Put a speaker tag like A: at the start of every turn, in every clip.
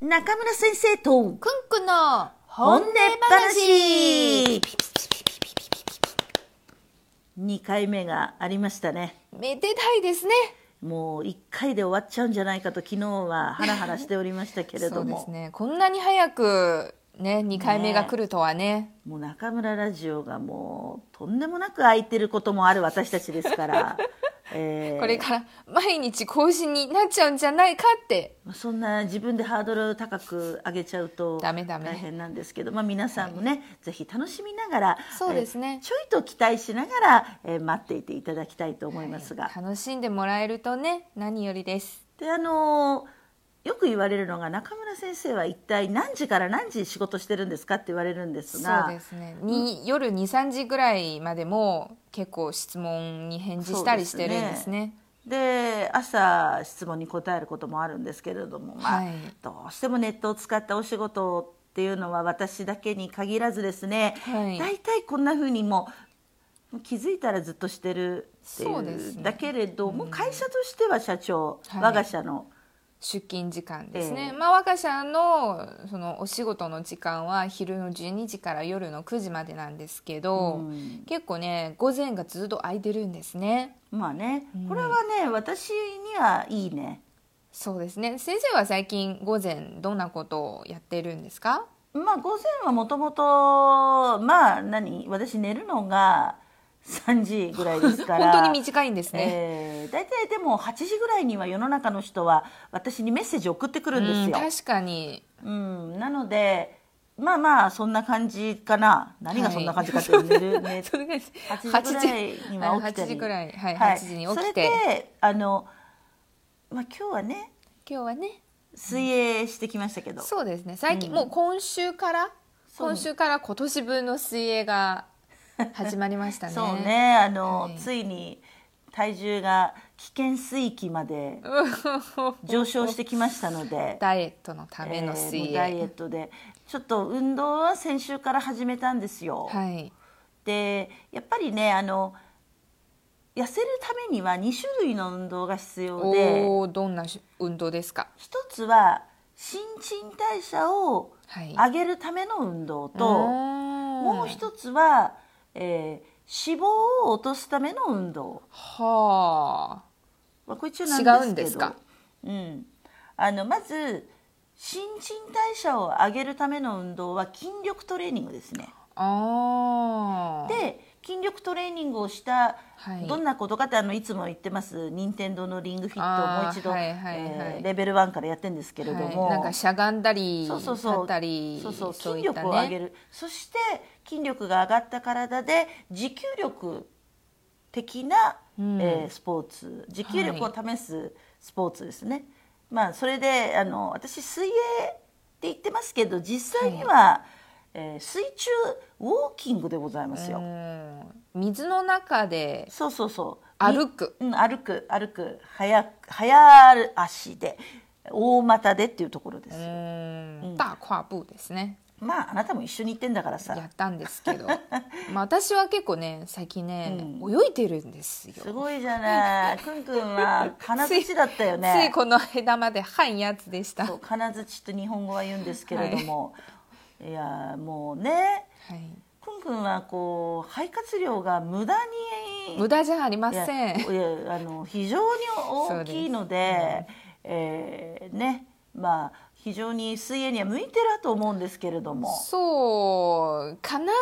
A: 中村先生と
B: くんくんの
A: 本音話2回目がありましたね
B: めでたいですね
A: もう1回で終わっちゃうんじゃないかと昨日はハラハラしておりましたけれ
B: そ
A: ど
B: うで
A: も
B: すねこんなに早くね2回目が来るとはね
A: もう中村ラジオがもうとんでもなく空いてることもある私たちです から、えー
B: これから毎日更新になっちゃうんじゃないかって
A: まあそんな自分でハードルを高く上げちゃうと
B: ダ
A: 大
B: メダメ
A: 変なんですけど、まあ、皆さんもね、ぜひ楽しみながら
B: そうですね
A: えーちょいと期待しながら、えー待っていていただきたいと思いますが、
B: 楽しんでもらえるとね何よりです
A: であのーよく言われるのが中村先生は一体何時から何時仕事してるんですかって言われるんですが
B: そうですねに夜23時ぐらいまでも結構質問に返事したりしてるんですね
A: で朝質問に答えることもあるんですけれども、まあ
B: はい
A: どうしてもネットを使ったお仕事っていうのは私だけに限らずですね、
B: はい
A: 大体こんなふうにもう気づいたらずっとしてるってい
B: そうです
A: う
B: ね
A: だけれども、会社としては社長、
B: はい
A: 我が社の
B: 出勤時間ですね、
A: ええ
B: まあ我が社のそのお仕事の時間は昼の12時から夜の9時までなんですけど、
A: うん
B: 結構ね午前がずっと空いてるんですね
A: まあね、
B: うん
A: これはね私にはいいね。
B: そうですね先生は最近午前どんなことをやってるんですか
A: まあ午前はもともとまあ何私寝るのが3時ぐらいですか
B: 本
A: ら
B: 当に短いんですね、
A: えー大体でも8時ぐらいには世の中の人は私にメッセージ送ってくるんです
B: うん
A: よ。
B: 確か に
A: うんなのでまあまあそんな感じかな何がそんな感じかって寝る、 ね
B: それが
A: 8時ぐらいには起きたり
B: 8時ぐらいはい、
A: はい
B: 8時に起
A: それ
B: きて
A: であの、まあ、今日はね
B: 今日はね
A: 水泳してきましたけど、
B: そうですね最近、もう今週から
A: そう
B: 今週から今年分の水泳が始まりました ね
A: そうねあの、
B: はい
A: ついに体重が危険水域ま で上昇してきましたので
B: ダイエットのための
A: えーも
B: 水
A: う
B: 泳、
A: ダイエットでちょっと運動は先週から始めたんですよ。
B: はい
A: でやっぱりねあの痩せるためには2種類の運動が必要で
B: おーどんなし運動ですか
A: 一つは新陳代謝を
B: はい
A: 上げるための運動と、も
B: も
A: う一つは、えー脂肪を落とすための運動。
B: はあ
A: まあ、これ一応なんですけど
B: 違うんですか
A: うん、あのまず新陳代謝を上げるための運動は筋力トレーニングですね。
B: あー
A: で筋力トレーニングをした、
B: はい
A: どんなことかってあのいつも言ってます任天堂のリングフィットをもう一度、
B: あーはいはいはい
A: えーレベル1からやってるんですけれども、
B: はい、なんかしゃがんだり
A: そうそうそう
B: 立ったり
A: そうそう
B: い
A: 筋
B: った
A: 力を上げる、そして筋力が上がった体で持久力的な、
B: うん
A: えースポーツ持久力を
B: は
A: 試すスポーツですね、まあそれであの私水泳って言ってますけど実際には、えー水中ウォーキングでございますよ、
B: うん水の中で
A: そうそうそう
B: 歩く
A: うん、歩く歩く早く早足で大股でっていうところで
B: う
A: す、
B: ん大跨步ですね
A: まああなたも一緒に行ってんだからさ
B: やったんです けどまあ私は結構ね最近ね、
A: う
B: 泳いでるんですよ
A: すごいじゃ ない。くんくんは金槌だったよ
B: つい
A: ね。
B: この間まで「はいやつ」でした
A: そ
B: は
A: う金槌と日本語は言うんですけれども、い、やもうね、
B: い
A: くんくんはこう肺活量が無駄に
B: 無駄じゃありません
A: いやいやあの非常に大きいので、えーね、まあ非常に水泳には向いてると思うんですけれども、
B: そうかな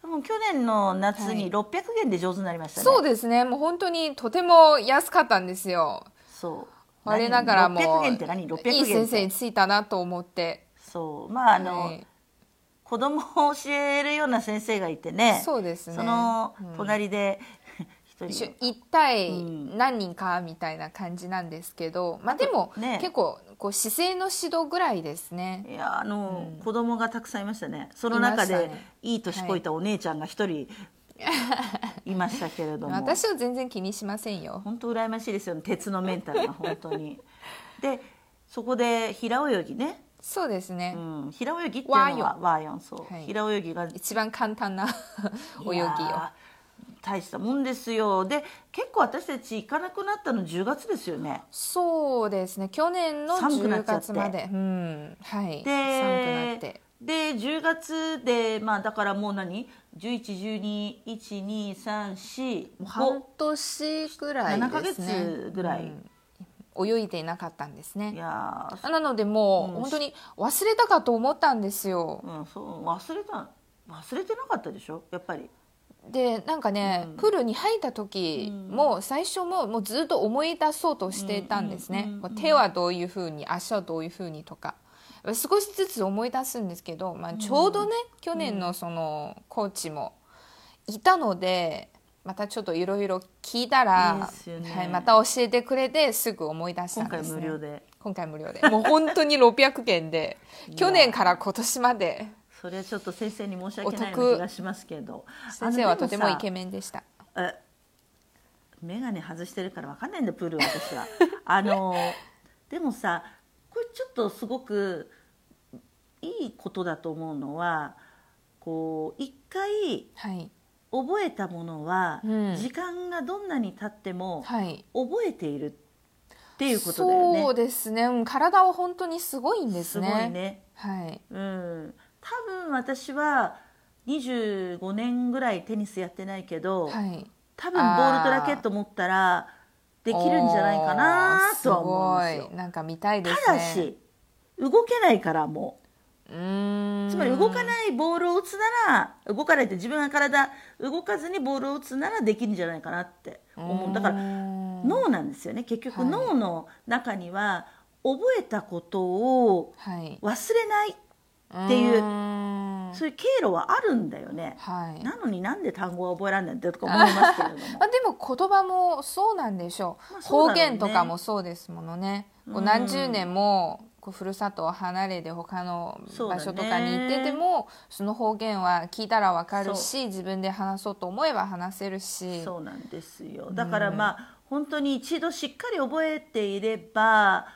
A: でも去年の夏
B: は
A: に
B: い
A: 600円で上手になりましたね。
B: そうですねもう本当にとても安かったんですよ
A: そう。
B: 我ながらも
A: 600円って何？600円
B: いい
A: って
B: 先生についたなと思って
A: そうまああの、
B: はい
A: 子供を教えるような先生がいてね
B: そうですね
A: その
B: うん
A: 隣で 一、
B: 一緒
A: 人
B: 一体
A: うん
B: 何人かみたいな感じなんですけど、まあでも、
A: ね
B: 結構こう姿勢の指導ぐらいですね
A: いやあの、
B: うん
A: 子供がたくさんいましたねその中
B: いま
A: で
B: したね
A: いい年こいたお姉ちゃんが一 人いましたけれども、
B: 私は全然気にしませんよ
A: 本当羨ましいですよね鉄のメンタルが本当 にでそこで平泳ぎね、
B: そうですね
A: う、ん、平泳ぎっていうのはワーヨンそう、
B: はい
A: 平泳ぎが
B: 一番簡単な泳ぎを
A: いや大したもんですよで結構私たち行かなくなったの10月ですよね
B: そうですね去年の
A: 寒くなっ
B: 10
A: ちゃって
B: 月までうんは
A: で
B: い寒くなって
A: で10月でまあだからもう何11121234
B: もう半年くらいですね
A: 7ヶ月ぐらい
B: うん泳いでいなかったんです
A: い
B: ね
A: やー
B: なのでもう、本当に忘れたかと思ったんですよ
A: うん、そう忘れた忘れてなかったでしょやっぱり
B: でなんかね、プールに入った時も、最初ももうずっと思い出そうとしていたんですね、
A: うんうんうん
B: こう手はどういうふうに足はどういうふうにとか少しずつ思い出すんですけど、まあ、ちょうどね、去年のそのコーチもいたのでまたちょっといろいろ聞いた
A: いい
B: ら
A: ですよね
B: はい、また教えてくれてすぐ思い出した
A: 今
B: んで
A: 回
B: す、ね、
A: 無料で
B: 今回無料でもう本当に600件 で去年から今年まで
A: それはちょっと先生に申し訳ない
B: お
A: よう
B: 得
A: な気がしますけど
B: 先生はとてもイケ
A: メン
B: メンでした
A: 眼鏡外してるからわかんないんだプールは私 はあのでもさこれちょっとすごくいいことだと思うのはこう一回
B: はい
A: 覚えたものは、
B: うん
A: 時間がどんなに経っても
B: はい
A: 覚えているっていうことだよね。
B: そうですね。うん体は本当にすごいんです
A: す
B: ね。
A: ごいね。
B: はい。
A: うん、多分私は25年ぐらいテニスやってないけど、
B: はい。
A: 多分ボールとラケット持ったらできるんじゃないかなとは思うんです
B: おー
A: よ
B: ごい。なんか見たいですね。
A: ただし動けないからも
B: うーん。
A: うつまり動か
B: い。
A: ないボールを打つなら動かないって自分が体動かずにボールを打つならできるんじゃないかなって思うだから
B: 脳。
A: 脳なんですよね結
B: は
A: 局
B: い
A: 脳の中には覚えたことを
B: はい。
A: 忘れないっていう
B: うーん
A: そういう経路はあるんだよね。
B: はい。
A: なのになんで単語は覚えられないんだよとか思いますけれども
B: まあでも言葉もそうなんでしょう,、
A: まあそうだ
B: 方
A: ろうね
B: 言とかもそうですものね、こう
A: うん
B: 何十年もこうふるさとを離れて他の
A: そうだ
B: 場
A: ね
B: 所とかに行っててもそ,、の方言は聞いたらわかるし自分で話そうと思 えば話せるし
A: そうなんですよだからまあ、本当に一度しっかり覚えていれば、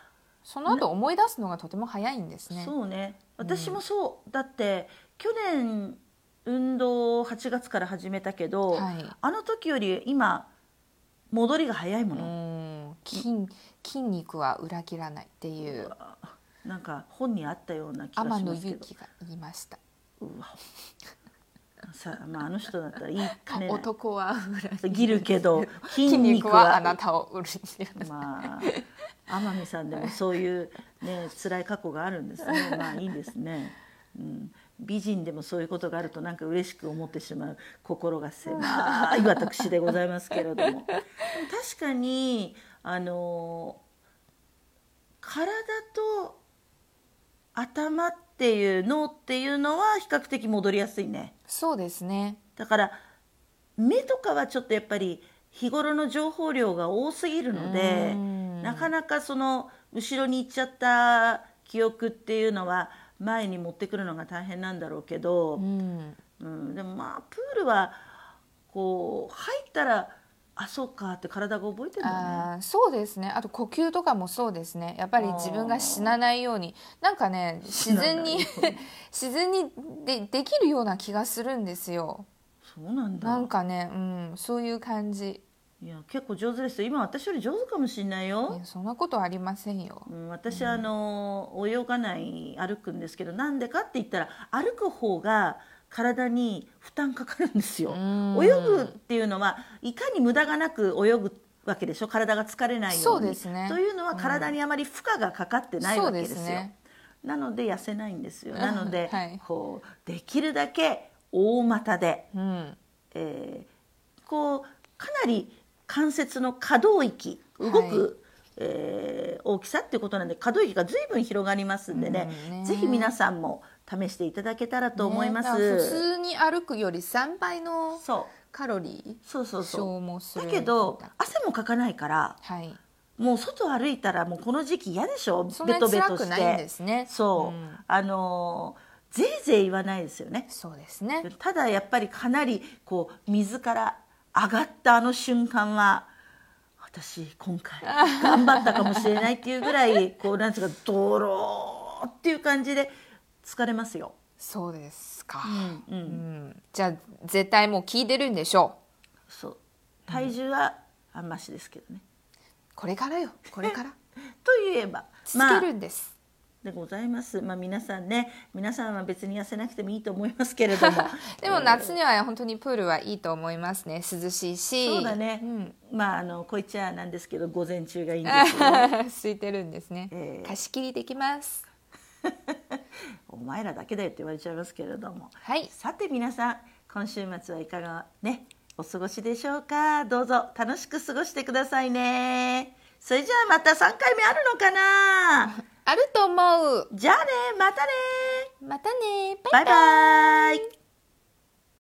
B: その後思い出すのがとても早いんですね。
A: そうね私もそう、だって去年運動を8月から始めたけど、
B: はい
A: あの時より今戻りが早いも
B: う
A: の、
B: ーん筋筋肉は裏切らないっていう
A: なんか本にあったような気が
B: 天
A: し
B: 野
A: ますけ
B: 祐
A: ど
B: 希が言いました。
A: さあ,、まあ、あの人だったらいいかねない
B: 男は裏切
A: ぎるけ ど筋
B: 筋
A: 肉
B: 肉は
A: は
B: あなたを裏切らない。
A: まあ天海さんでもそういうね辛い過去があるんですね。まあいいですね。うん、美人でもそういうことがあるとなんか嬉しく思ってしまう心が狭い私でございますけれどもでも確かにあの体と頭っていう脳っていうのは比較的戻りやすいね。
B: そうですね。
A: だから目とかはちょっとやっぱり日頃の情報量が多すぎるので
B: うん
A: なかなかその後ろに行っちゃった記憶っていうのは前に持ってくるのが大変なんだろうけ
B: う
A: ど、
B: ん。
A: うん、でもまあプールはこう入ったらあそうかって体が覚えてるんだね。
B: あーそうですねあと呼吸とかもそうですねやっぱり自分が死なないようになんかね自然に
A: 死なないように
B: 自然にでできるような気がするんですよ
A: そうなんだ
B: なんかね、うん、そういう感じ
A: いや結構上手ですよ今私より上手かもしれないよ。
B: いやそんなことありませんよ
A: うん、私あの泳がない歩くんですけどなんでかって言ったら歩く方が体に負担かかるんですよ。
B: うん
A: 泳ぐっていうのはいかに無駄がなく泳ぐわけでしょ体が疲れないように
B: そうですね
A: というのは体にあまり負荷がかかってないわけですよ。
B: そうですね
A: なので痩せないんですよ。なので、
B: はい
A: こうできるだけ大股で。
B: うん
A: えーこうかなり関節の可動域動く、
B: はい
A: えー大きさっていうことなんで可動域が随分広がりますんでね,、
B: うんね
A: ぜひ皆さんも試していただけたらと思いま
B: ねだから普
A: す。
B: 通に歩くより3倍の
A: そう
B: カロリ
A: そうそう
B: ー
A: そ
B: 消耗す
A: う
B: る
A: だけど汗もかかないから
B: はい
A: もう外歩いたらもうこの時期嫌でしょ
B: そん
A: ベ
B: な
A: ト
B: に
A: ベ
B: 辛
A: ト
B: く
A: し
B: ないんで
A: て
B: すね
A: そう、
B: ん
A: あのーぜいぜい言わないですよね
B: そうですね
A: ただやっぱりかなりこう水から上がったあの瞬間は私今 回頑張ったかもしれないっていうぐらいこうなんつうかドローっていう感じで疲れますよ。
B: そうですか、
A: うん
B: うんじゃあ絶対もう聞いてるんでしょ
A: そう体重はあんましですけどね。
B: これからよこれから
A: と言えば
B: 続けるんです、、
A: でございます。まあ皆さんね、皆さんは別に痩せなくてもいいと思いますけれども
B: でも夏には本当にプールはいいと思いますね涼しいし
A: そうだね。
B: ん
A: まああのこいちゃなんですけど、午前中がいいん ですよ。
B: 空いてるんですね、
A: ええ
B: 貸し切りできます
A: お前らだけだよって言われちゃいますけれども。
B: はい
A: さて皆さん、今週末はいかがねお過ごしでしょうか。どうぞ楽しく過ごしてくださいね。それじゃあまた三回目あるのかな。
B: あると思う
A: じゃあね、またね。
B: またねバイバイ
A: バイバイ。